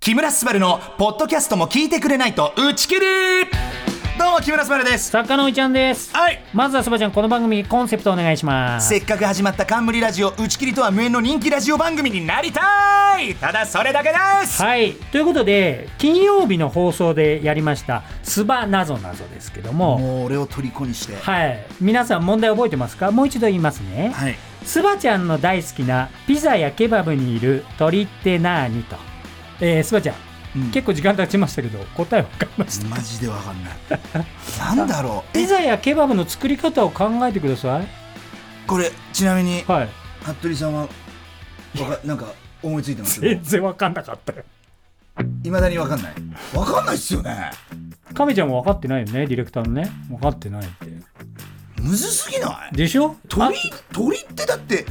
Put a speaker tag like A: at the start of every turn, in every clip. A: 木村昴のポッドキャストも聞いてくれないと打ち切りどうも木村昴です
B: 作家のういちゃんです
A: はい
B: まずはそばちゃんこの番組コンセプトお願いします
A: せっかく始まった冠ラジオ打ち切りとは無縁の人気ラジオ番組になりたいただそれだけです
B: はいということで金曜日の放送でやりました「すばなぞなぞ」ですけども
A: もう俺を虜にして
B: はい皆さん問題覚えてますかもう一度言いますね
A: はい
B: すばちゃんの大好きなピザやケバブにいる鳥ってなーにとえーすばちゃん、
A: うん
B: 結構時間経ちましたけど答え分かりました
A: マジでわかん ないなんだろう
B: ピ
A: え
B: ザやケバブの作り方を考えてください
A: これちなみに
B: はい
A: 服部さんはわかなんか思いついてます
B: 全然分かんなかったよ
A: いまだにわかんないわかんないっすよね
B: 亀ちゃんも分かってないよねディレクターのね分かってないって
A: むずすぎない
B: でしょ
A: 鳥
B: あ
A: 鳥ってだって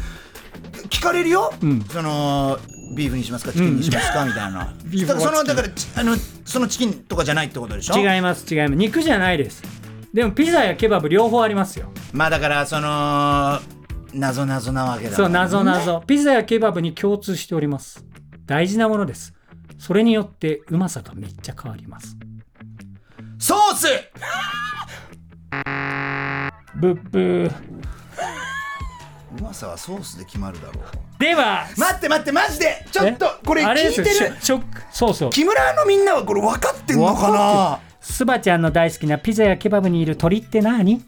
A: 聞かれるよ、
B: うん
A: そのビーフにしますかチキンにしますか、みたいな
B: ビーフ
A: だからその
B: はチ
A: だ
B: キン
A: からちあのそのチキンとかじゃないってことでしょ
B: 違います違います肉じゃないですでもピザやケバブ両方ありますよ
A: まあだからその謎謎なわけだ
B: そう謎
A: ね
B: 謎ピザやケバブに共通しております大事なものですそれによってうまさがめっちゃ変わります
A: ソース
B: ブッブー
A: うまさはソースで決まるだろう
B: では
A: 待って待ってマジでちょっとこれ
B: あ
A: 聞
B: で
A: い
B: す
A: て
B: よ
A: る
B: しょしょそうそう
A: 木村のみんなはこれ分かってんのかな
B: スバちゃんの大好きなピザやケバブにいる鳥って何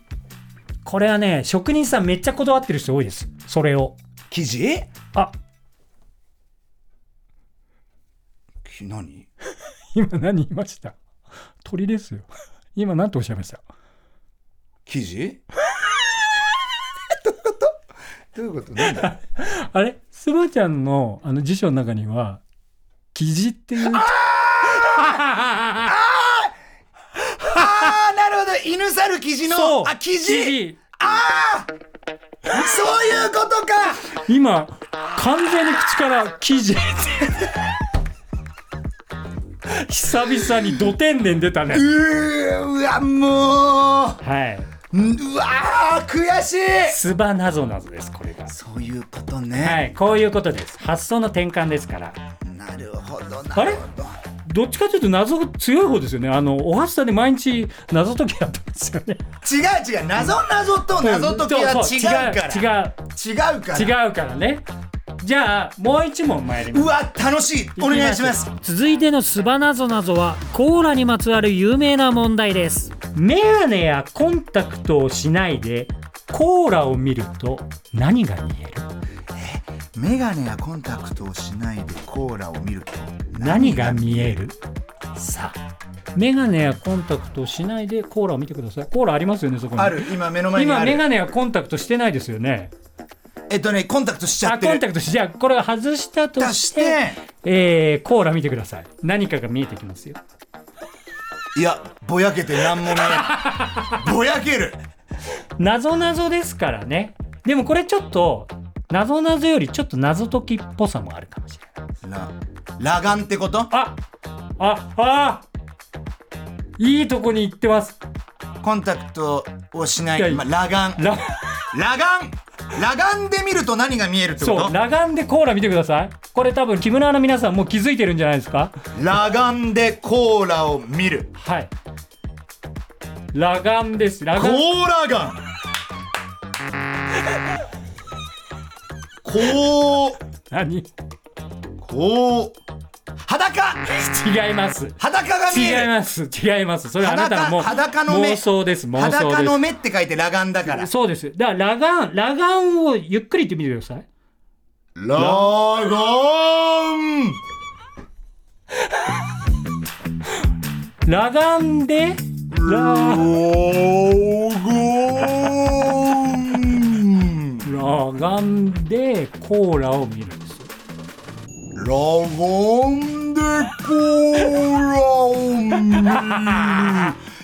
B: これはね職人さんめっちゃこだわってる人多いですそれを
A: 生地
B: あ
A: き何
B: 今何言いました鳥ですよ今何ておっしゃいました
A: 生 地どういうことどういうことなんだ
B: あれスバちゃんのあの辞書の中には「記事」っていう
A: ああなるほど犬猿キジ
B: そう
A: のあキジそういうことか
B: 今完全に口から「記事」って 久々にド天然出たね
A: うーうわも
B: はいう
A: うわー悔しい
B: スバなぞなぞですこれが
A: そういうこと
B: は
A: ね、
B: いこういうことです発想の転換ですから
A: なるほどな
B: あれ
A: るほど
B: どっちかというと謎が強い方ですよねあのおはスタで毎日謎解きやってますよね
A: 違う違う謎謎と謎解きは違うから、
B: そう
A: 違う
B: 違う
A: から
B: 違うからねじゃあもう一問参ります
A: うわ楽しいお願いします
B: 続いてのスバなぞなぞはコーラにまつわる有名な問題ですメガネやコンタクトをしないでコーラを見ると何が見える
A: メガネやコンタクトをしないでコーラを見ると
B: 何が見えるさあメガネやコンタクトをしないでコーラを見てくださいコーラありますよねそこに
A: ある今目の前に
B: 今
A: ある
B: メガネやコンタクトしてないですよね
A: えっとねコンタクトしちゃ
B: あ
A: って
B: コ
A: る
B: ンタクトしじゃあこれを外したと
A: 出し
B: して
A: て
B: えーコーラ見てください何かが見えてきますよ
A: いやぼやけてなんも見えないぼやける
B: 謎謎ですからねでもこれちょっと謎謎よりちょっと謎解きっぽさもあるかもしれない
A: ララガンってこと
B: あああいいとこに行ってます
A: コンタクトをしない
B: いや
A: まあ、裸眼
B: ラ
A: 裸眼裸眼で見ると何が見えるってこ
B: そう
A: と
B: 裸眼でコーラ見てくださいこれ多分木村の皆さんもう気づいてるんじゃないですか
A: 裸眼でコーラを見る
B: はい裸眼です
A: コ
B: 裸眼
A: ーラガンこう
B: 何
A: こう裸
B: 違います
A: 裸が見
B: 違い
A: える
B: ます違いますそれはあなたのもう
A: 裸の目
B: 妄想です妄想です
A: 裸の目って書いて裸眼だから
B: そうですだから裸眼裸眼をゆっくり言ってみてください
A: 裸眼
B: 裸眼で裸
A: ン
B: 裸眼でコーラを見るんですよ
A: ラゴンでコーラを見る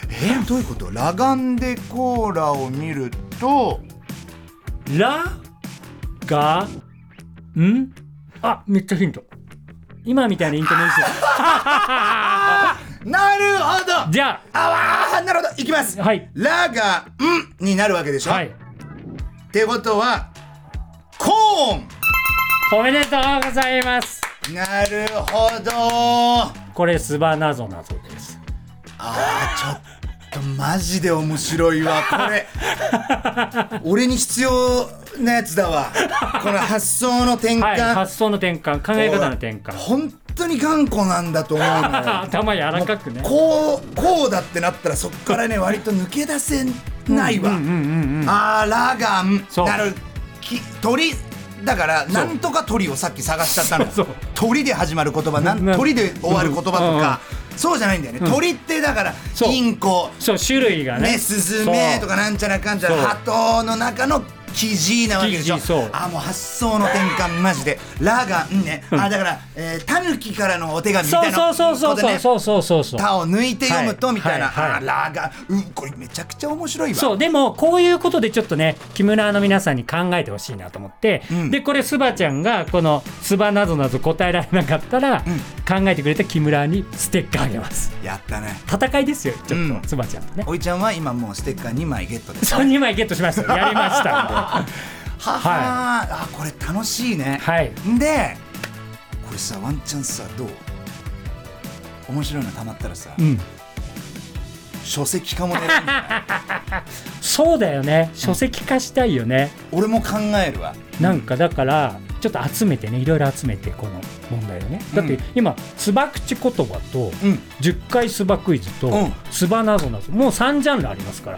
A: えどういうことラガンでコーラを見ると
B: ラがんあめっちゃヒント今みたいなイントネーショ
A: なるほど
B: ン じゃ
A: あわーなるほどいきます
B: あはい
A: ラがんになるわけでしょ、
B: はい
A: ってことはコーン
B: おめでとうございます
A: なるほどあ
B: これスバナゾナゾです
A: あちょっとマジで面白いわこれ俺に必要なやつだわこの発想の転換、
B: はい発想の転換考え方の転換
A: 本当に頑固なんだと思うのよ
B: 頭柔らかくね
A: こうこうだってなったらそっからね割と抜け出せないわ、
B: うんうんうんうん
A: あーラガン
B: そう
A: なるき鳥だから
B: う
A: なんとか鳥をさっき探しちゃったの
B: そうそう
A: 鳥で始まる言葉なん
B: な
A: 鳥で終わる言葉と
B: うんうん
A: か、そうじゃないんだよね、鳥ってだから
B: そう
A: インコ
B: そう種類がね
A: ねスズメとかなんちゃらかんちゃら
B: そう
A: 鳩の中のキジなわけでしょ
B: キジそう
A: あもう発想の転換マジでラガンねあだから、えー、タヌキからのお手紙みた
B: そ
A: いうな
B: そうそうそう
A: こと
B: そ
A: ね
B: うそうそうそうそう
A: 他を抜いて読むとみたいな、
B: はいはい
A: あラガンうんこれめちゃくちゃ面白いわ
B: そうでもこういうことでちょっとね木村の皆さんに考えてほしいなと思って、
A: うん
B: でこれスバちゃんがこの「スバなぞなぞ答えられなかったら、考えてくれた木村にステッカーあげます
A: やったね
B: 戦いですよちょっと、
A: うん
B: スバちゃんとね
A: おいちゃんは今もうステッカー2枚ゲットです。
B: そう2枚ゲットしましたやりましたんで
A: はは、あこれ楽しいね。
B: はい
A: でこれさワンチャンさどう面白いのたまったら さ、
B: うん
A: 書籍化も ね
B: そうだよね書籍化したいよね、
A: 俺も考えるわ。
B: なんかだからちょっと集めてねいろいろ集めてこの問題をねだっ
A: う
B: て
A: ん
B: 今つば口言葉と
A: うん
B: 10回スバクイズと
A: うん
B: スバなぞなぞもう3ジャンルありますから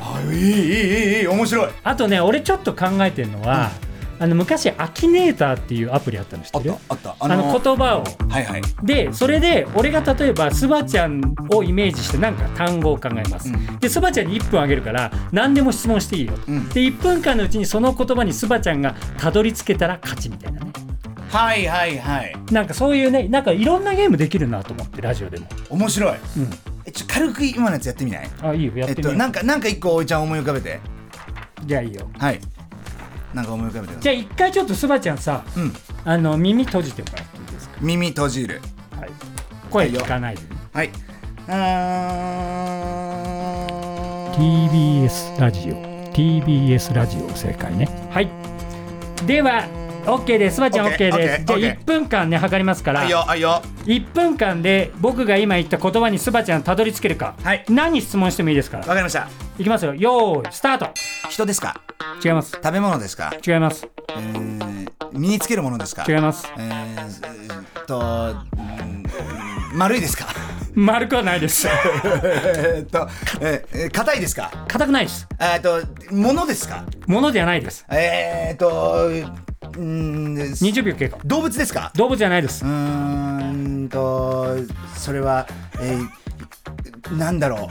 A: あいいいいいいいい面白い。
B: あとね俺ちょっと考えてるのは、あの昔アキネーターっていうアプリあったの知っ
A: あ
B: て
A: っ
B: る
A: たあった
B: あの言葉を
A: はいはい。
B: でそれで俺が例えばスバちゃんをイメージしてなんか単語を考えます、
A: うん
B: でスバちゃんに1分あげるから何でも質問していいよ、
A: うん
B: で1分間のうちにその言葉にスバちゃんがたどり着けたら勝ちみたいなね
A: はいはいはい。
B: なんかそういうねなんかいろんなゲームできるなと思ってラジオでも、
A: 面白い。
B: うん、
A: えちょ軽く今のやつやってみない
B: あいいよや
A: え
B: っ
A: って
B: みよ
A: と
B: う、
A: なんかなんか一個おいちゃん思い浮かべて。
B: じゃあいいよ
A: はい。なんか思い浮かべてくだ
B: じ
A: さい。
B: ゃあ一回ちょっとスバちゃんさ
A: うん
B: あの耳閉じてもらっていいですか
A: 耳閉じる。
B: はい声聞かないでね、
A: はい。
B: TBS ラジオ TBS ラジオ正解ねはいでは OK ですスバちゃん
A: OK
B: OK ですじゃあ
A: OK
B: 1分間ね測りますから
A: あいよあいよ。
B: 1分間で僕が今言った言葉にスバちゃんたどり着けるか、
A: はい
B: 何質問してもいいですか
A: わ
B: ら
A: かりました。
B: いきますよよーいスタート
A: 人ですか。
B: 違います
A: 食べ物ですか。
B: 違います
A: えー、身につけるものですか。
B: 違います
A: えーすえーっと、うん丸いですか。
B: 丸くはないで す
A: えーっと、えーえー、硬いですか。
B: 硬くないです
A: えーっと、物ですか。
B: ものじゃないです
A: えーっと、うん、
B: 20秒経過
A: 動物ですか。
B: 動物じゃないです
A: うーんと、それは、えー、なんだろ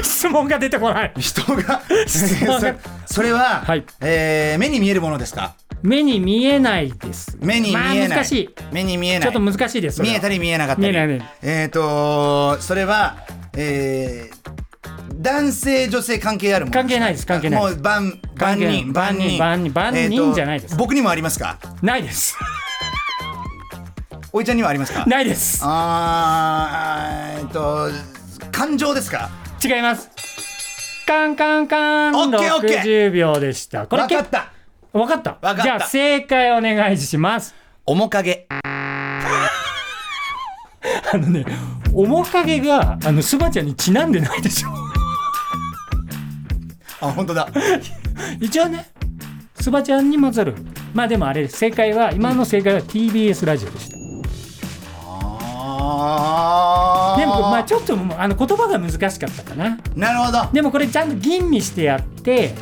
A: う。
B: 質問が出てこない
A: 人が
B: 質問が
A: そそれは、
B: はい
A: えー目に見えるものですか
B: 目に見えないです
A: 目に見えない、
B: まあ難しい
A: 目に見え
B: ち
A: な
B: ょ
A: い
B: っと難しいですそれ
A: 見
B: は
A: えたり見えなかったり
B: 見えない見えない
A: えっ、とそれはえー男性女性関係あるもの
B: 関係ないです関係ないです
A: もう万万
B: 関係ない
A: 人万人
B: 万人万人
A: えーと
B: 万人じゃないです
A: 僕にもありますか
B: ないです
A: おいちゃんにはありますか
B: ないです
A: あーえっと感情ですか
B: 違いますカンカンカン
A: オッケーオッケー
B: 60秒でしたこれ
A: わか
B: 結
A: った
B: わかった
A: わかった
B: じゃあ正解お願いします
A: 面影
B: あのね面影があのスバちゃんにちなんでないでしょ
A: あ本当だ
B: 一応ねスバちゃんに混ざるまあでもあれ正解は今の正解は TBS ラジオでした
A: あー
B: でもまあちょっともうあの言葉が難しかったかな
A: なるほど
B: でもこれちゃんと吟味してやって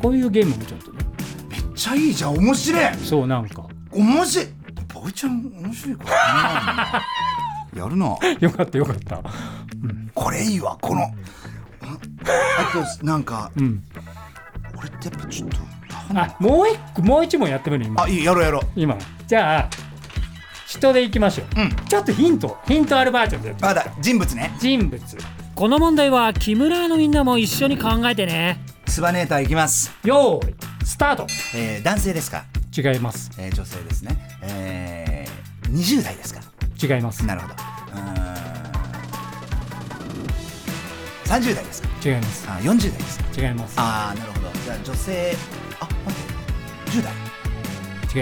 B: こういうゲームもちょっとね
A: めっちゃいいじゃん面白い
B: そうなんか
A: 面白いボイちゃん面白いからな やるな
B: よかったよかった
A: これいいわこのああとなんか
B: うん
A: 俺ってやっぱちょっと
B: あもう一個もう一問やってみる今
A: あいいやろうやろう
B: 今じゃあ人でいきましょう、
A: うん
B: ちょっとヒントヒントあるバージョンでやって
A: まだ人物ね
B: 人物この問題は木村のみんなも一緒に考えてね
A: スバネーターいきます、
B: よーいスター
A: えー、男性ですか、
B: ト違います
A: えー、女性ですねえー、20代ですか
B: 違います
A: なるほどうーん30代ですか
B: 違います
A: あ40代ですか
B: 違います
A: ああなるほどじゃあ女性あ待って10代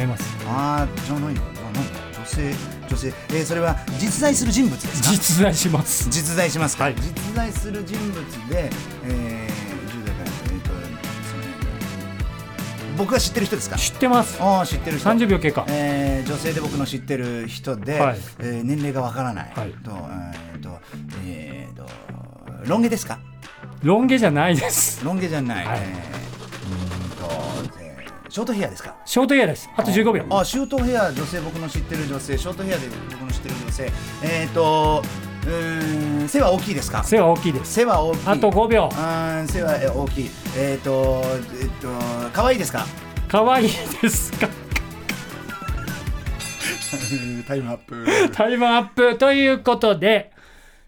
B: 違います
A: ああじゃないよじゃない性女性、えーそれは実在する人物ですか
B: 実在します
A: 実在しますか、
B: はい
A: 実在する人物で、えー、10代から、えーとその僕が知ってる人ですか
B: 知ってます
A: ああ知ってる人
B: 30秒経過
A: えー女性で僕の知ってる人で、
B: はい
A: えー年齢がわからない、
B: はい
A: と,、えーとえーとロン毛ですか
B: ロン毛じゃないです
A: ロン毛じゃない、
B: はい
A: えーうーんとえーショートヘアですか
B: ショートイヤーですあと15秒
A: あショートヘア女性僕の知ってる女性ショートヘアで僕の知ってる女性えっ、ー、とうーん背は大きいですか
B: 背は大きいです
A: 背は大きい
B: あと5秒
A: うーん背はえー大きいえっ、ー、とえっ、と可愛いですか
B: 可愛いですか
A: タイムアップ
B: タイムアップということで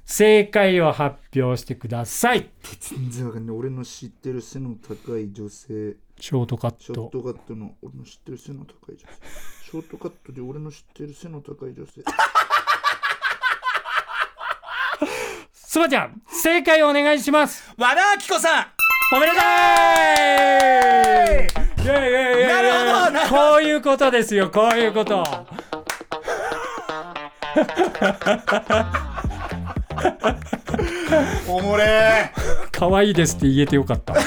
B: 正解を発表してください
A: 全然わかんない俺の知ってる背の高い女性
B: ショートカッ
A: ショー
B: ト
A: トカットの俺の知ってる背の高い女性。ショートカットで俺の知ってる背の高い女性。
B: スバちゃん正解をお願いします
A: 和田アキ子さん
B: おめでとうイエイイエイイエイイエイ
A: なるほどなるほ
B: こういうことですよこういうこと
A: おもれ
B: 可愛いですって言えてよかった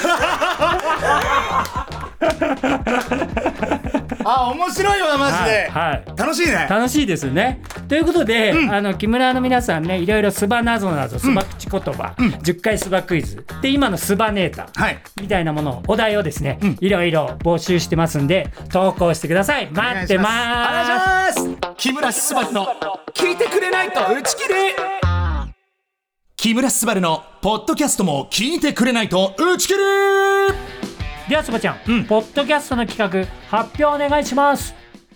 A: あ、面白いわ、マジで、
B: はい
A: 楽しいね
B: 楽しいですね。ということで、あの木村の皆さんねいろいろスバなぞなぞスバ口言葉、10回スバクイズで今のスバネータ
A: はい。
B: みたいなものをお題をですね、
A: ん
B: いろいろ募集してますんで投稿してください待ってま
A: お
B: ー
A: 願
B: す
A: いします木村すばるの聞いてくれないと打ち切り木村すばるのポッドキャストも聞いてくれないと打ち切り
B: ではスバちゃん、ポッドキャストの企画発表お願いします、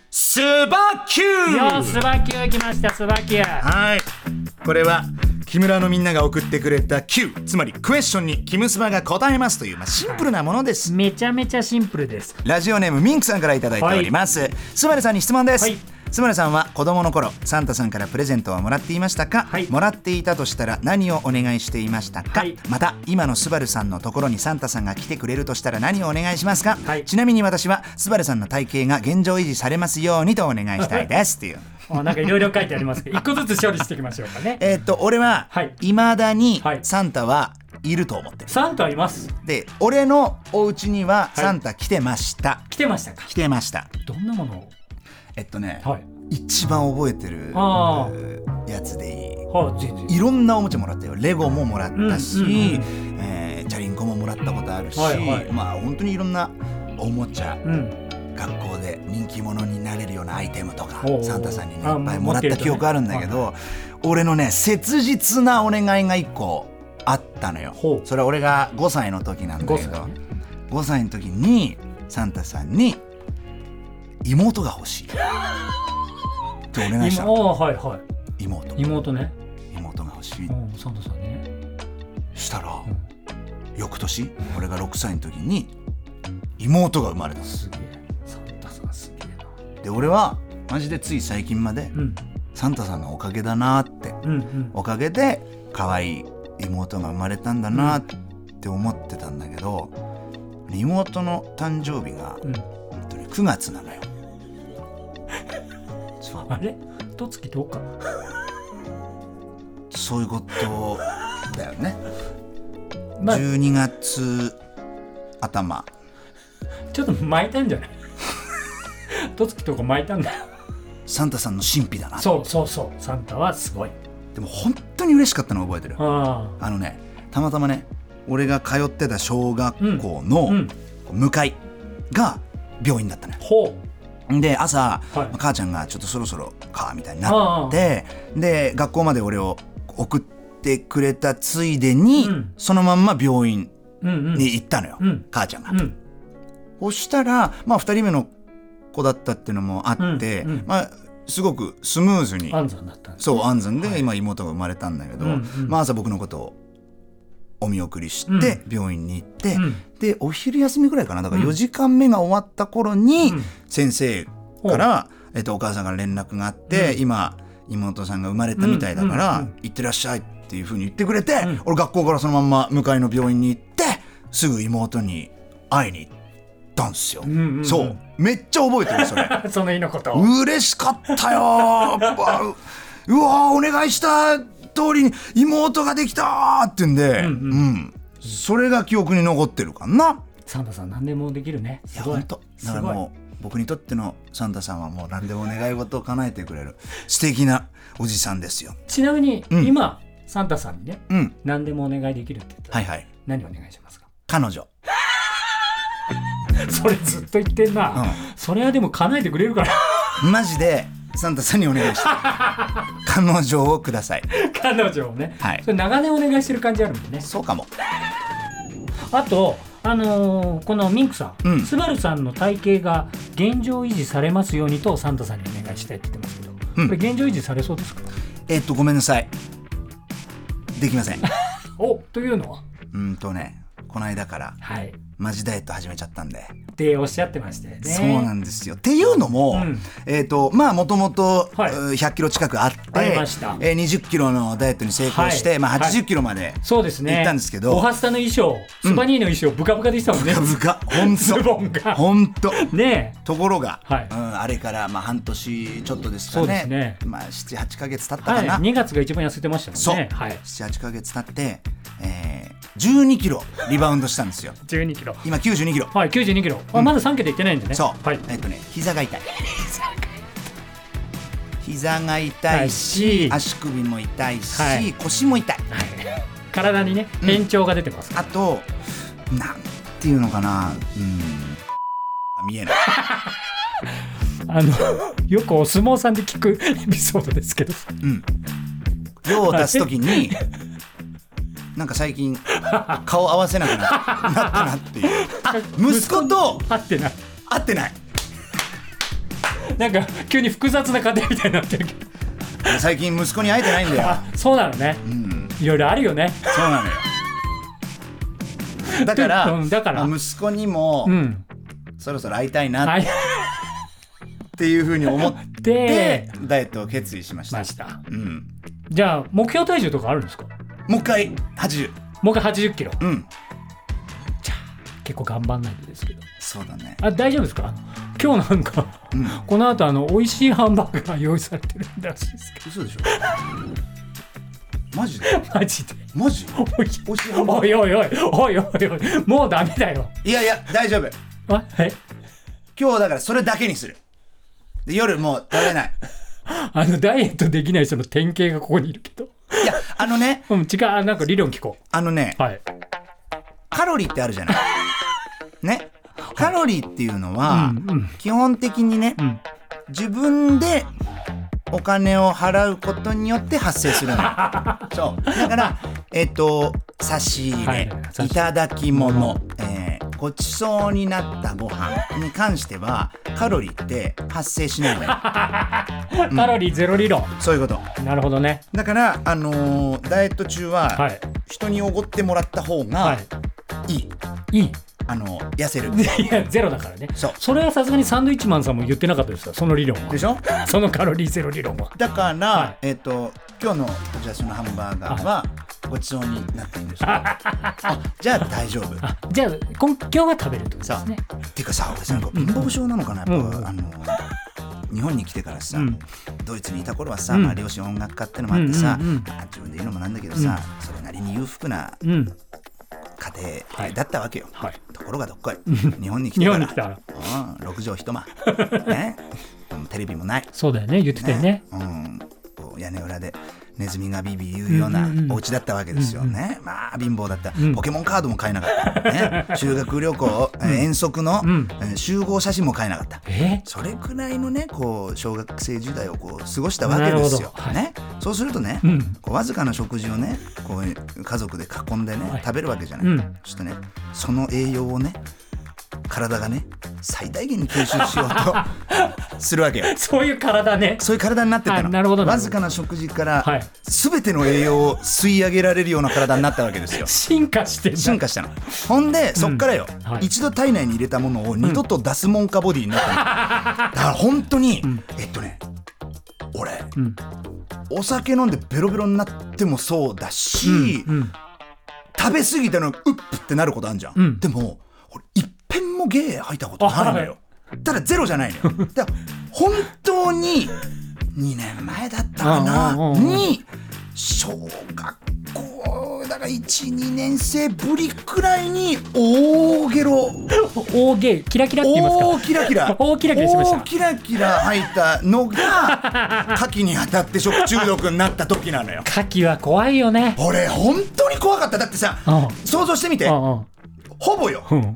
A: すばきゅう
B: よースバキュー来ましたスバキュー
A: はいこれは木村のみんなが送ってくれた Q つまりクエスチョンにキムスバが答えますという、まあ、シンプルなものです
B: めちゃめちゃシンプルです
A: ラジオネームミンクさんからいただいておりますスバルさんに質問です、
B: はい
A: スバルさんは子供の頃サンタさんからプレゼントはもらっていましたか、
B: はい
A: もらっていたとしたら何をお願いしていましたか、
B: はい
A: また今のスバルさんのところにサンタさんが来てくれるとしたら何をお願いしますか、
B: はい
A: ちなみに私はスバルさんの体型が現状維持されますようにとお願いしたいですっていう
B: あなんかいろいろ書いてあります けど一個ずつ処理していきましょうかね
A: えーっと俺は
B: はい
A: 未だに
B: はい
A: サンタはいると思ってる
B: サンタいます
A: で俺のお家にはサンタ来てました、
B: 来てましたか
A: 来てました
B: どんなもの
A: えっとね、
B: をはい
A: 一番覚えてる
B: あ
A: やつでいい
B: はあ、全然。
A: いろんなおもちゃもらったよレゴももらったし、
B: うんうんうん
A: えーチャリンコももらったことあるし、
B: はいはい
A: まあ本当にいろんなおもちゃ
B: うん、
A: 学校で人気者になれるようなアイテムとか
B: おう
A: サンタさんにねい
B: あ
A: っぱい
B: も
A: も
B: う持
A: らっ
B: っ
A: て
B: る
A: た
B: とね
A: 記憶あるんだけど、俺のね切実なお願いが1個あったのよ
B: ほう
A: それは俺が5歳の時なんだけど
B: 5歳ね
A: 5歳の時にサンタさんに妹が欲しいってお願いした
B: 妹
A: の
B: はいは
A: 妹
B: い。妹ね。
A: 妹が欲しい
B: うん、サンタさんね。
A: したら、翌年俺が6歳の時に妹が生まれた
B: すげえ。サンタさんすげえな。
A: で俺はマジでつい最近まで
B: うん、
A: サンタさんのおかげだなって
B: うん、うん。
A: おかげで可愛い妹が生まれたんだなって思ってたんだけど妹の誕生日が
B: うん、
A: 本当に9月なのよ。そう
B: あれ一月10日
A: そういうことだよね。
B: まあ
A: 12月頭
B: ちょっと巻いたん じゃない一月10日巻いたんだよ
A: サンタさんの神秘だな
B: そうそうそうサンタはすごい
A: でも本当に嬉しかったのを覚えてる。
B: あ
A: あのねたまたまね俺が通ってた小学校
B: あう
A: の
B: ん
A: 向かいが病院だったね
B: ほ
A: で朝、
B: はい
A: まあ母ちゃんがちょっとそろそろかみたいになってで学校まで俺を送ってくれたついでに、
B: うん
A: そのまんま病院
B: ううんうん
A: に行ったのよ、
B: うん
A: 母ちゃんが、
B: うん
A: そしたらまあ2人目の子だったっていうのもあって、
B: うんうん
A: まあすごくスムーズに
B: 安産だったんです
A: そう安産で今妹が生まれたんだけど、
B: うんうん
A: まあ朝僕のことをお見送りし
B: うん
A: て病院に行って、
B: うん
A: でお昼休みぐらいかなだから
B: うん
A: 4時間目が終わった頃に
B: うん
A: 先生から、えっとお母さんから連絡があって、今妹さんが生まれたみたいだから、
B: うんうんうん
A: 行ってらっしゃいっていうふうに言ってくれて、
B: ん
A: 俺学校からそのまんま向かいの病院に行ってすぐ妹に会いに行っったんですよ、
B: んうんうん
A: そうめっちゃ覚えてるそれ
B: その日のことを
A: 嬉しかったよあううわーお願いした通りに妹ができたーってんで、うんそれが記憶に残ってるかな
B: サンタさん何でもできるねすごい
A: 本当だからもう僕にとってのサンタさんはもう何でも願い事を叶えてくれる素敵なおじさんですよ
B: ちなみに、
A: ん
B: 今サンタさんにね
A: うん
B: 何でもお願いできるって言ったら、
A: はいはい
B: 何お願いしますか
A: 彼女
B: それずっと言ってんな、それはでも叶えてくれるから
A: マジでサンタさんにお願いして 彼女をください
B: 彼女をね、
A: はい
B: それ長年お願いしてる感じあるもんね
A: そうかも
B: あとあのーこのミンクさ、
A: うんん
B: スバルさんの体型が現状維持されますようにとサンタさんにお願いしたいって言ってますけど、
A: うん
B: これ現状維持されそうですか
A: えっとごめんなさいできませんう
B: おというのは
A: ーんとねこの間から
B: はい
A: マジダイエット始めちゃったんで、
B: っておっしゃってましたよね
A: そうなんですよっていうのも、
B: うん
A: えっ、とまあもともと
B: はいう
A: ー100キロ近くあって、
B: ありました
A: えー20キロのダイエットに成功して、
B: はい
A: まあ
B: はい
A: 80キロまで
B: そうですね
A: 行ったんですけど
B: おはスタの衣装スパニーの衣装、ブカブカでしたもんね
A: ブカブカ本
B: ズボン
A: 当
B: が
A: 本当
B: ね
A: ところが、
B: はい
A: うん、あれからまあ半年ちょっとですか
B: そうで
A: ね
B: すね
A: まあ78か月経っ
B: え
A: たか
B: はい、
A: な、
B: 2月が一番痩せてました
A: そ
B: も
A: うん
B: ねはい
A: 78か月経って、えー、12キロリバウンドしたんですよ
B: 1 2キロ
A: 今92キロ
B: はい9 2キロ、あまだ3桁いってないんでね
A: そう、
B: はい、
A: えっとね膝が痛い膝が痛い
B: 痛い
A: し
B: し
A: 足首も痛いし、
B: はい
A: 腰も痛い
B: 体にね変調が出てます、
A: あとなんていうのかなうんが見えない
B: あのよくお相撲さんで聞くエピソードですけど
A: うん用を足す時 になんか最近顔合わせなくな ったなったなっていうあ息子と
B: 合ってない
A: 会ってない
B: なんか急に複雑な家庭みたいになってるけど
A: 最近息子に会えてないんだよ
B: あそうなのね
A: うん
B: いろいろあるよね
A: そうなのよだから
B: うんだから
A: まあ息子にも、
B: うん
A: そろそろ会いたいな
B: あ
A: っ
B: い
A: ていうふうに思っ
B: で
A: てダイエットを決意しました、
B: ました
A: うん、
B: じゃあ目標体重とかあるんですか
A: もう一回80
B: もう一回8 0キロ
A: うん
B: 結構頑張んないとですけど
A: そうだね
B: あ大丈夫ですか今日なんか、この後あの美味しいハンバーグが用意されてるらしいですけ
A: 嘘でしょマジで
B: どマジで
A: マジ
B: おい
A: おいしいハンバー
B: お
A: グ
B: いおいおいおいおいおいもうダメだよ
A: いやいや大丈夫
B: あえ
A: 今日だからそれだけにするで夜もう食べない
B: あのダイエットできない人の典型がここにいるけど
A: いやあのね
B: うん違うあなんか理論聞こ
A: あのね
B: うはい
A: カロリーってあるじゃ ないねカロリーっていうのは、
B: うんうん
A: 基本的にね、
B: ん
A: 自分でお金を払うことによって発生する のよそうだからえっ、と差し入れ、
B: はい
A: い
B: はい差し入れ
A: ただき物、えーごちそうになったご飯に関してはカロリーって発生しないの よ
B: カロリーゼロ理論、
A: そういうこと
B: なるほどね
A: だからあのーダイエット中は、
B: はい
A: 人におごってもらった方
B: は
A: がいい、
B: いい い
A: あのー痩せ る
B: いやゼロだからね
A: そう
B: それはさすがにサンドイッチマンさんも言ってなかったですよその理論は
A: でしょ
B: そのカロリーゼロ理論は
A: だから、
B: は
A: えっ、と今日のこちらそのハンバーガーはごちそうになっていいんです よ。あじゃあ大丈夫。
B: あじゃあ今今日は食べるってことですね
A: ていうかさ俺さなんか貧乏症なのかなやっぱ、
B: うん
A: あの日本に来てからさ、
B: うん
A: ドイツにいた頃はさ、
B: うん
A: まあ、両親音楽家ってのもあってさ、
B: うんうんうん
A: まあ自分で言うのもなんだけどさ、それなりに裕福な
B: うん
A: 家
B: は
A: 庭
B: い
A: だったわけよ。
B: はい
A: ところがどっこい日本に来て
B: 日
A: か
B: 本に
A: ら
B: 来たら
A: うん、6畳一間、ね、うんテレビもない。
B: そうだよね言ってたよね
A: うん、こう屋根裏でネズミがビビ言うような
B: うんうんうん
A: お家だったわけですよね、まあ貧乏だった、
B: ん
A: ポケモンカードも買えなかった、ね、 修学旅行、えー遠足の、
B: ん
A: えー集合写真も買えなかった
B: え
A: それくらいのねこう小学生時代をこう過ごしたわけですよ
B: なるほど、はい
A: ね、そうするとね、
B: うん
A: こうわずかな食事をねこう家族で囲んでね、
B: はい
A: 食べるわけじゃない、
B: うん
A: そしてねその栄養をね体がね最大限に吸収しよう とするわけよ
B: そういう体ね
A: そういう体になってた
B: あ
A: の。
B: なるほどなるほど
A: わずかな食事か
B: はい。
A: ら、すべての栄養を吸い上げられるような体になったわけですよ
B: 進化してんだ
A: 進化したの。ほんで、そっからよ、
B: はい
A: 一度体内に入れたものを二度と出すもんかボディにな ったの。だから本当に、えっとね、俺、
B: ん
A: お酒飲んでベロベロになってもそうだし、
B: うん
A: 食べ過ぎたのうっぷってなることあるじゃん。
B: うん
A: でも、俺、いっぺぺんもゲー吐いたことないのよただゼロじゃないの よだから本当に2年前だったか
B: うんうん
A: な
B: うんうん
A: に小学校だから12年生ぶりくらいに大ゲロ
B: 大ゲーキラキラって 言いますか
A: 大キラキラ
B: 大キラキラしました
A: 大キラキラ吐いたのが牡蠣に当たって食中毒になった時なの よ
B: 牡蠣は怖いよね
A: 俺本当に怖かっただってさ
B: う
A: 想像してみて
B: んうんうん
A: ほぼよ、
B: うん
A: もう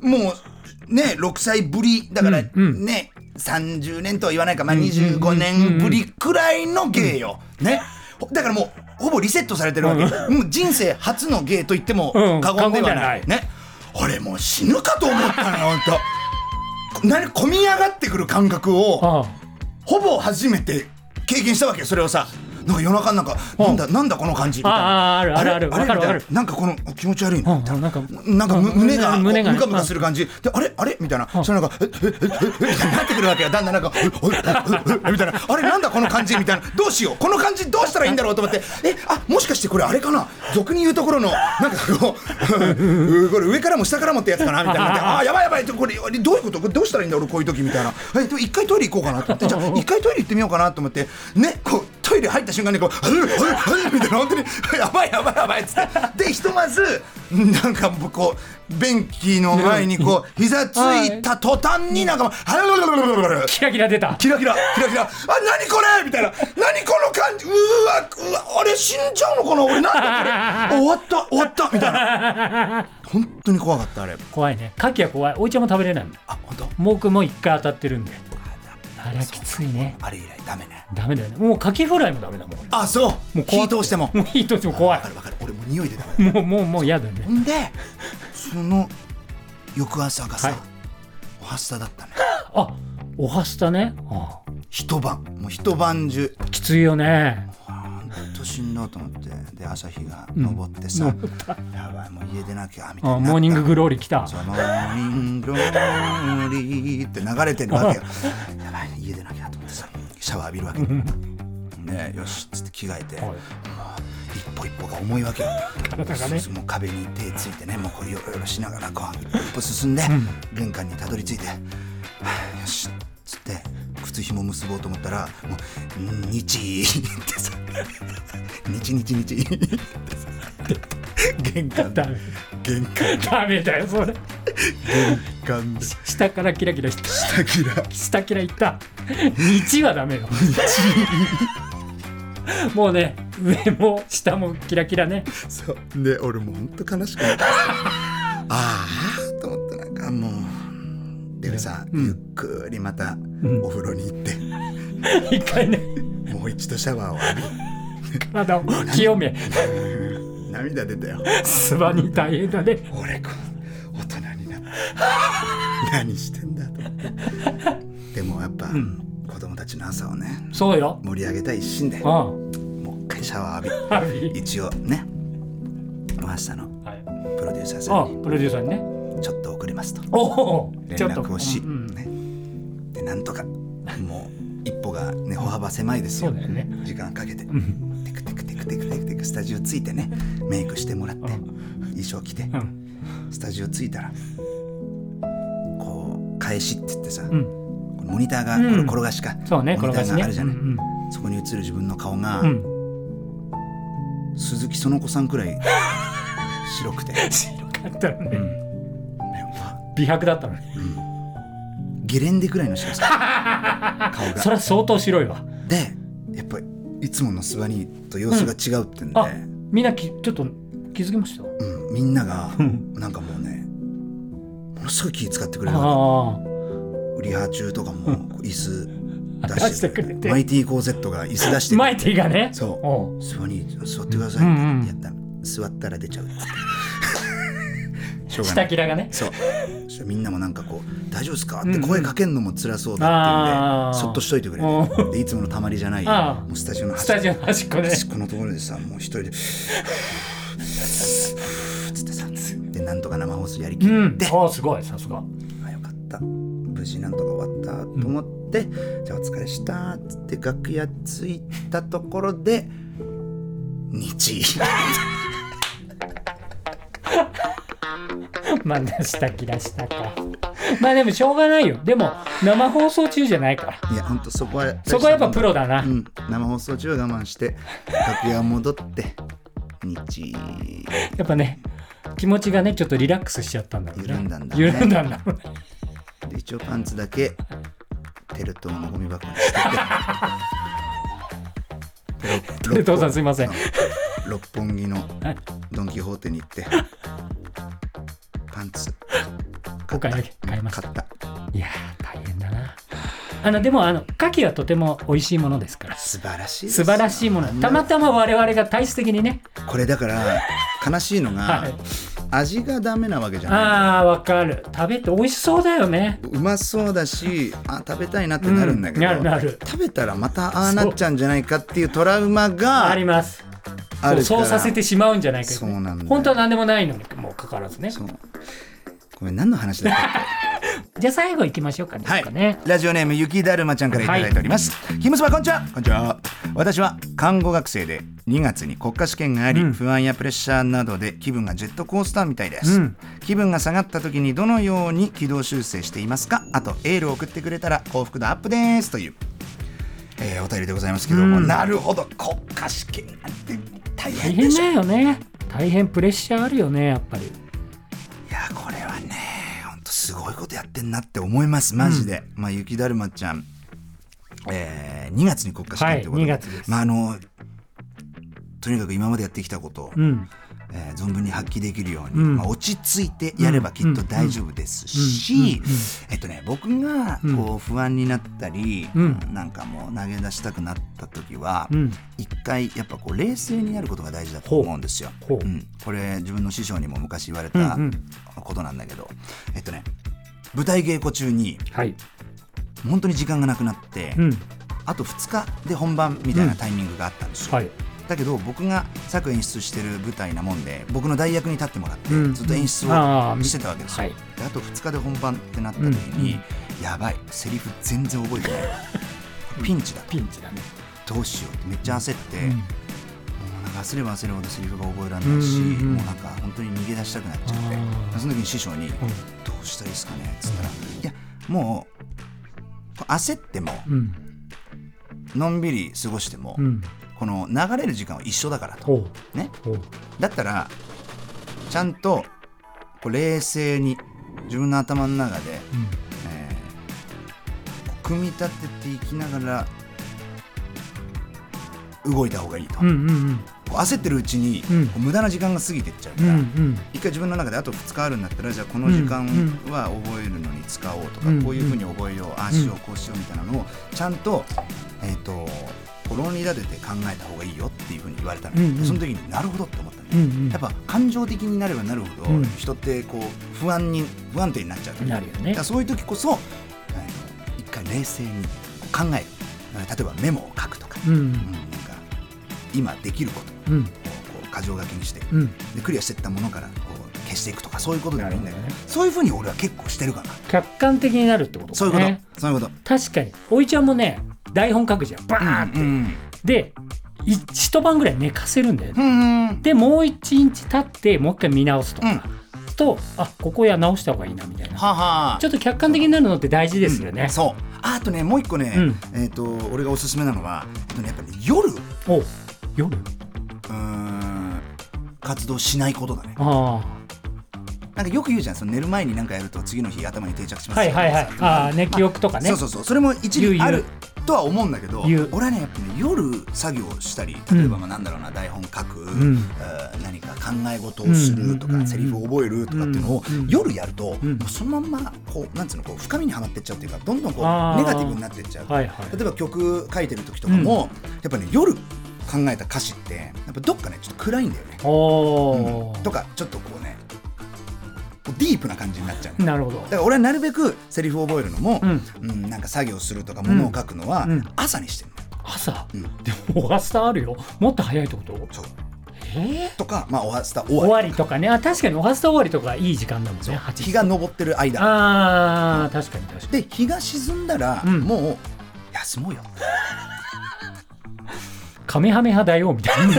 A: ね6歳ぶりだから
B: う
A: ね、
B: んうん
A: 30年とは言わないか、まあ、
B: んうんうん
A: 25年ぶりくらいの芸よ、ねほだからもうほぼリセットされてるわけ、もう人生初の芸と言っても
B: うん
A: 過言ではない,、
B: 過言
A: ね俺もう死ぬかと思ったのよほんと何込み上がってくる感覚を
B: あ
A: ほぼ初めて経験したわけよそれをさなんか夜中なんかなんだなんだこの感じみたいな
B: あああるあるある
A: れ
B: わかる
A: みたいな
B: わか
A: なんかこの気持ち悪いなみたいな
B: うん
A: な
B: なんか
A: んかむ
B: うん
A: 胸が
B: 胸が
A: ムカムカする感じであれあれみたいなそれなんかええええええなってくるわけよだんだんなんかえええええみたいなあれなんだこの感じみたいなどうしようこの感じどうしたらいいんだろうと思ってえあもしかしてこれあれかな俗に言うところのなんかこうこれ上からも下からもってやつかなみたいなあーやばいやばいこれどういうことこれどうしたらいいんだ俺こういう時みたいなえでも一回トイレ行こうかなと思ってじゃあ一回トイレ行ってみようかなと思ってねこうトイレ入った瞬間にこう「はいはいはい」みたいな本当に「やばいやばいやばい」っつってでひとまずなんかもうこう便器の前にこう膝ついた途端になんかもう「はいはいはいはいはい」
B: キラキラ出た
A: キラキラキラキラあ何これみたいな何この感じうわうわあれ死んじゃうのかな俺なんだこれ終わった終わったみたいな本当に怖かったあれ
B: 怖いね牡蠣は怖いおいちゃんも食べれないもん
A: あ本当
B: 僕も一回当たってるんであれはきついね
A: あれ以来ダメね
B: ダメだよねもう牡蠣フライもダメだもん俺
A: あそうもう
B: 怖
A: 火
B: く
A: 通しても
B: もういいとしても怖い
A: わかるわかる俺もう匂いでダメ
B: もうもうもう嫌だよね
A: ほんでその翌朝がさ、
B: はい
A: おはスタだったね
B: あおはスタねああ
A: 一晩もう一晩中
B: きついよね
A: 本当しんどいと思ってで朝日が昇ってさ、やばいもう家出なきゃみたいな
B: ああモーニンググローリー来た
A: そのモーニングローリーって流れてるわけよ。やばい、家出なきゃと思ってさ、シャワー浴びるわけ。ねえよしっつって着替えて、
B: はい
A: 一歩一歩が重いわけよ。
B: 体がね
A: そうもう壁に手ついてね、もうこうよろよろしながらこう一歩一歩進んで、玄関にたどり着いて、はあよしっつって靴紐結ぼうと思ったら、もう日ってさ、日日日ってさ、玄関
B: ダメ
A: 玄関
B: ダメだよそれ
A: 玄関で
B: 下からキラキラした
A: 下キラ。
B: 下キラいった日はダメよ もうね上も下もキラキラね
A: そうで俺もうほんと悲しくな ったああと思ってなんかもうでさ、
B: うん
A: ゆっくりまた
B: ん
A: お風呂に行って、
B: 一回ね
A: もう一度シャワーを浴
B: 体を清め
A: び涙出たよ
B: スバに大変だね
A: 俺こう大人になって何してんだと思ってでもやっぱ、子供たちの朝をね
B: そうよ
A: 盛り上げたい一心でも
B: あ
A: う一回シャワー浴
B: あハビ
A: び一応ね大橋さんの
B: はい
A: プロデューサーさ
B: あ
A: んに
B: プロデューサーにね
A: ちょっと送りますと
B: おお
A: 連絡をし、
B: うんうん
A: ね、でなんとかもう一歩がね歩幅狭いです
B: そ
A: よ
B: うだよね
A: 時間かけて
B: うん
A: テクテクテクテクテクテクスタジオついてねメイクしてもらって
B: う
A: 衣装着て
B: うん
A: スタジオついたらこう返しって言ってさ、
B: うん
A: モニターが
B: うん
A: これ転がしか、
B: そうね
A: モ
B: 転
A: ニタ
B: が
A: ー
B: し
A: が
B: ね
A: あるじゃ
B: う
A: ない、
B: ん
A: そこに映る自分の顔が、
B: うん
A: 鈴木その子さんくら い白くて、
B: 白かったのね
A: ねわ
B: 美白だったのね
A: ゲレンデくらいの白さ顔が
B: それは相当白いわ
A: でやっぱりいつものスバニーと様子が違うってんで、
B: あみんなきちょっと気づきました
A: うん、みんなが
B: うん
A: なんかもうねものすごい気使ってくれるわ
B: あ
A: けリハ中とかもこう椅子出
B: 出
A: し
B: して
A: く
B: てく
A: れて
B: れて
A: マイティーコーゼットが椅子出してく
B: あマ
A: れ
B: イ
A: て
B: ティがね
A: そう
B: お
A: 「
B: う
A: 座り座ってください」
B: うんう
A: っ
B: ん
A: てやったら、座ったら出ちゃうっつってしょうがな
B: 下
A: い
B: キラがね
A: そうそしたらみんなもなんかこう「大丈夫ですか?」って声かけんのも辛そうだ
B: あ
A: っていうんで
B: ー
A: そっとしといてくれ
B: う
A: てでいつものたまりじゃない
B: あー
A: もうスタジオの
B: ス
A: 端っ
B: タジオの端っこで
A: 私このところでさもう一人でつってさでなんとか生放送やりきっ
B: うん
A: て、
B: おうすごいさすが
A: あよかった無事なんとか終わったと思って、じゃあお疲れしたっつって楽屋着いたところで日
B: まだ下キラしたかまあでもしょうがないよでも生放送中じゃないから
A: いやほんとそこは
B: そこはやっぱプロだな
A: うん、生放送中は我慢して楽屋戻って日
B: やっぱね気持ちがねちょっとリラックスしちゃったんだろうね
A: 緩んだんだね
B: 緩んだんだろうね
A: で一応パンツだけテル東のゴミ箱に 捨てて
B: テル東さんすいません
A: う六本木のドン・キホーテに行ってパンツ
B: 今回だけ買いました
A: 買った
B: いやー大変だなあのでもあの牡蠣はとても美味しいものですから
A: 素晴らしいです
B: 素晴らしいものたまたま我々が体質的にね
A: これだから悲しいのが、
B: はい
A: 味がダメなわけじゃない
B: ああわかる食べて美味しそうだよね
A: うまそうだしあ食べたいなってなるんだけど、
B: うんなるなる
A: 食べたらまたああなっちゃうんじゃないかっていうトラウマが
B: あ
A: あ
B: り
A: る
B: ます
A: から
B: そうそうさせてしまうんじゃないか
A: そうなんだよ
B: 本当は何でもないのにもうかかわらずね
A: そうこれ何の話だったっけ
B: じゃあ最後行きましょうかね,、
A: はい
B: ね。
A: ラジオネーム雪だるまちゃんからいただいております。キムスバこんにちは。こんにちは。私は看護学生で2月に国家試験があり、不安やプレッシャーなどで気分がジェットコースターみたいです。
B: うん
A: 気分が下がった時にどのように軌道修正していますか。あとエールを送ってくれたら幸福度アップですという、えーお便りでございますけども、
B: うん
A: なるほど国家試験なんて大
B: 大
A: 変で
B: 変
A: しょ。
B: だよね大変プレッシャーあるよねやっぱり
A: いやこれはねほんとすごいことやってんなって思いますマジで、まあ雪だるまちゃん、えー、2月に国家試験ということで、
B: はい2月です
A: まああのとにかく今までやってきたことを、
B: うん
A: えー存分に発揮できるように、
B: うん
A: まあ、落ち着いてやればきっと大丈夫ですし、えっとね僕がこう不安になったり、
B: うん
A: なんかもう投げ出したくなった時は、
B: うん
A: 一回やっぱこう冷静になることが大事だと思うんですよ。
B: ほうほう
A: うんこれ自分の師匠にも昔言われた
B: うん
A: ことなんだけど、えっとね舞台稽古中に
B: はい
A: 本当に時間がなくなって、
B: うん
A: あと2日で本番みたいなタイミングがあったんですよ。
B: はい
A: だけど僕が作演出してる舞台なもんで僕の代役に立ってもらって、
B: うん
A: ずっと演出
B: あ
A: を
B: ー
A: してたわけですよ。
B: はい
A: であと2日で本番ってなった時に、やばいセリフ全然覚えてないわピンチだ
B: ピンチだね
A: どうしようってめっちゃ焦って。
B: うん
A: もうなんか焦れば焦るほどセリフが覚えられないし、
B: うんうんうん
A: もうなんか本当に逃げ出したくなっちゃ
B: あ
A: って
B: ー
A: その時に師匠に「どうしたらいいですかね?」っつったら「いやもう焦っても
B: うん
A: のんびり過ごしても、
B: うん
A: この流れる時間は一緒だからと」
B: ほう
A: ね、
B: ほう
A: だったらちゃんとこう冷静に自分の頭の中で、
B: うん
A: えーこう組み立てていきながら動いた方がいいと。
B: うんうん
A: こう焦ってるうちに、
B: うん
A: こう無駄な時間が過ぎてっちゃう
B: う
A: か
B: んう
A: ら、
B: ん
A: 一回自分の中であと2日あるんだったらじゃあこの時間は覚えるのに使おうとか、
B: うん
A: こういうふうに覚えよう、ああしようこうしようみたいなのをちゃんと,、えー、とこ論に立てて考えた方がいいよっていうふうに言われたの、
B: うんうん
A: その時になるほどって思ったの、
B: うんうん
A: やっぱ感情的になればなるほど、
B: うん
A: 人ってこう不安に不安定になっちゃうから
B: なるよね
A: だからそういう時こそ、えーと一回冷静に考える例えばメモを書くとか,、
B: う
A: うん
B: ん
A: なんか今できること
B: うん
A: こう箇条書きにして
B: うん
A: でクリアしていったものからこう消していくとかそういうことでもいいんだけど
B: なるほ
A: そういうふうに俺は結構してるから
B: 客観的になるってことだね
A: そういうこと、そういうこと
B: 確かにおいちゃんもね台本書くじゃんバーンって、
A: うん
B: でい一晩ぐらい寝かせるんだよね、
A: うんうんうん
B: でもう一日経ってもう一回見直すと
A: う
B: か、
A: んは
B: とあここや直した方がいいなみたいな
A: あはあ
B: ちょっと客観的になるのって大事ですよね、
A: そうああとねもう一個ね、
B: うん
A: えっ、と俺がおすすめなのは、えっとね、やっぱり、夜う
B: お夜
A: ーん活動しないことだね
B: あ
A: なんかよく言うじゃんその寝る前に何かやると次の日頭に定着し
B: あ
A: ます
B: は
A: よ
B: いはいはい
A: とかさ
B: ああね記憶とかね
A: そうそうそうそれも一理あるとは思うんだけど
B: 言う
A: 俺はねやっぱね夜作業したり
B: うん
A: 例えばまあなんだろうな、台本書く、
B: ん
A: えー何か考え事をするとか、
B: うん
A: セリフを覚えるとかっていうのを、
B: うん
A: 夜やると、
B: うん
A: もうそのまんまこうなんつうのこう深みにはまってっちゃうっていうかどんどんこ
B: あ
A: うネ
B: ー
A: ガティブになってっちゃう、
B: はいはい
A: 例えば曲書いてる時とかも、やっぱね夜考えた歌詞ってやっぱどっかねちょっと暗いんだよね、
B: おー
A: とかちょっとこうねこうディープな感じになっちゃう
B: なるほど
A: だから俺はなるべくセリフを覚えるのも、
B: うん
A: うんなんか作業するとか物を書くのは
B: うん
A: 朝にしてる
B: 朝
A: の、うん
B: でも朝あるよもっと早いってこと
A: そう
B: えー
A: とか、まあ、おはスタ終
B: 終
A: わ
B: わ
A: り
B: りとかねあ確かにおはスタ終わりとかいい時間だもんね8
A: 日
B: 時
A: が昇ってる間
B: ああ確かに確かに
A: で日が沈んだら、
B: うん
A: もう休もうよ
B: カメハメ派だよみたいな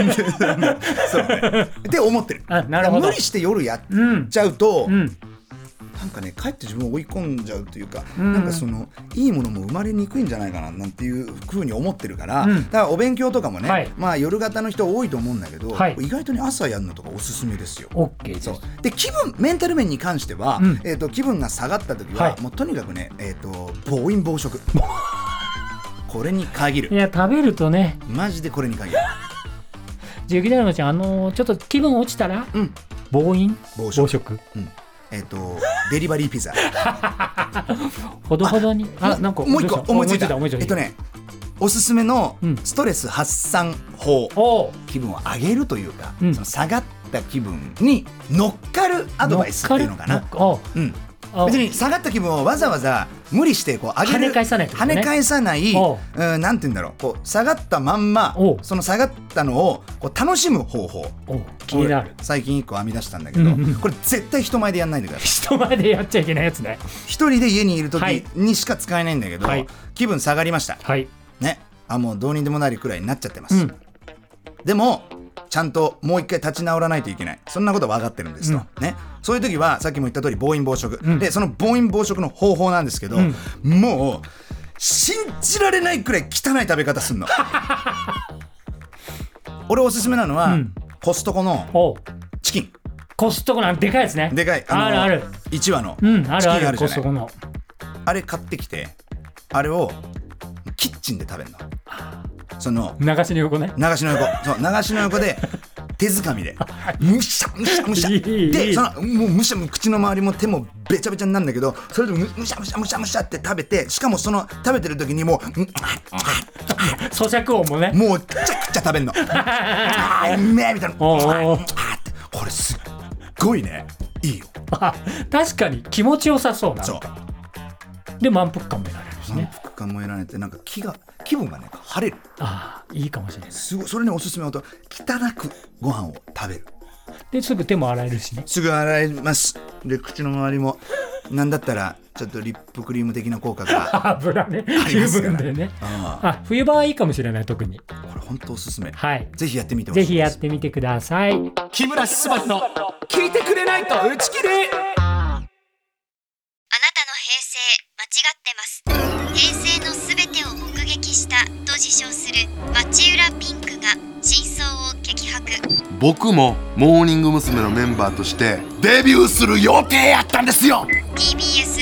A: そうねって思ってる
B: あなるほど
A: 無理して夜やっ
B: うん
A: ちゃうと、
B: うん
A: なんかねかえって自分を追い込んじゃうというか、
B: うん
A: なんかそのいいものも生まれにくいんじゃないかななんていうふうに思ってるから、
B: うん
A: だからお勉強とかもね、
B: はい
A: まあ夜型の人多いと思うんだけど、
B: はい
A: 意外とね朝やるのとかおすすめですよ。
B: OK です
A: そうで気分メンタル面に関しては、
B: うん
A: えー、と気分が下がった時は、
B: はい
A: もうとにかくね、えー、と暴飲暴 食これに限
B: い
A: る
B: や食べるとね
A: マジでこれに限る
B: じゃあ雪だるまちゃんあのーちょっと気分落ちたら
A: うん
B: 暴飲
A: 暴食
B: 食
A: うんえっ、とデリバリーピザ
B: ほどほどにあなんか
A: もう一個
B: ど
A: 思
B: う
A: いつい
B: したた思いついた思いついた
A: えっとねおすすめの
B: うん
A: ストレス発散法、
B: おう
A: 気分を上げるというか、
B: うん
A: その下がった気分に乗っかるアドバイスっていうのか
B: 乗
A: な、
B: っる乗っ
A: うん、
B: あ
A: 別に下がった気分をわざわざ無理してこう上げる
B: 跳ね返さないってことね
A: 跳ね返さない、
B: お
A: うん、なんて言うんだろうこう下がったまんま
B: おう
A: その下がったのをこう楽しむ方法
B: おう気になる
A: これ最近一個編み出したんだけど、
B: うんうん
A: これ絶対人前でやんないでください
B: 人前でやっちゃいけないやつね
A: 一人で家にいる時
B: はい
A: にしか使えないんだけど、
B: はい
A: 気分下がりました
B: はい
A: ねあもうどうにでもなるくらいになっちゃってます、
B: うん
A: でもちゃんともう一回立ち直らないといけないそんなことは分かってるんですと、ね、そういう時はさっきも言った通り暴飲暴食、
B: うん
A: でその暴飲暴食の方法なんですけど、
B: うん
A: もう信じられないくらい汚い食べ方すん の俺おすすめなのは、
B: うん
A: コストコの
B: おう
A: チキン
B: コストコなんでかいやつね
A: でかい
B: あるある
A: 1羽の
B: うんあるあ
A: チキンあ
B: る
A: るじ
B: コ
A: ゃ
B: ス
A: ない
B: トコの
A: あれ買ってきてあれをキッチンで食べるのその
B: 流しに横ね
A: 流しの横そう流しの横で手づかみでむしゃむしゃむしゃ
B: いいいい
A: でそのもうむしゃ口の周りも手もべちゃべちゃになるんだけどそれでむむしゃむしゃむしゃむしゃって食べてしかもその食べてる時にもうん
B: 咀嚼音もね
A: もうちゃくちゃ食べんのあーうめえみたいな
B: おうおうおう
A: あーってこれすっごいねいいよ
B: あ確かに気持ちよさそうな
A: そう
B: で満腹感も得られるし
A: 満
B: ね
A: 腹感も得られてなんか気が気分がね晴れる
B: ああいいかもしれない
A: すごいそれにおすすめはあと汚くご飯を食べる
B: ですぐ手も洗えるしね
A: すぐ洗いますで口の周りもなんだったらちょっとリップクリーム的な効果が
B: 油ね
A: り
B: 油
A: ますから
B: 分でね
A: あ
B: あ冬場はいいかもしれない特に
A: あこれ本当おすすめ
B: はい
A: ぜひやってみてほしい
B: ぜひやってみてください
C: 木村昴の聞いてくれないと打ち切り
D: あなたの平成間違ってます平成のすべてを目撃したと自称する町浦ピンクが真相を激白
E: 僕もモーニング娘。のメンバーとしてデビューする予定やったんですよ
D: TBS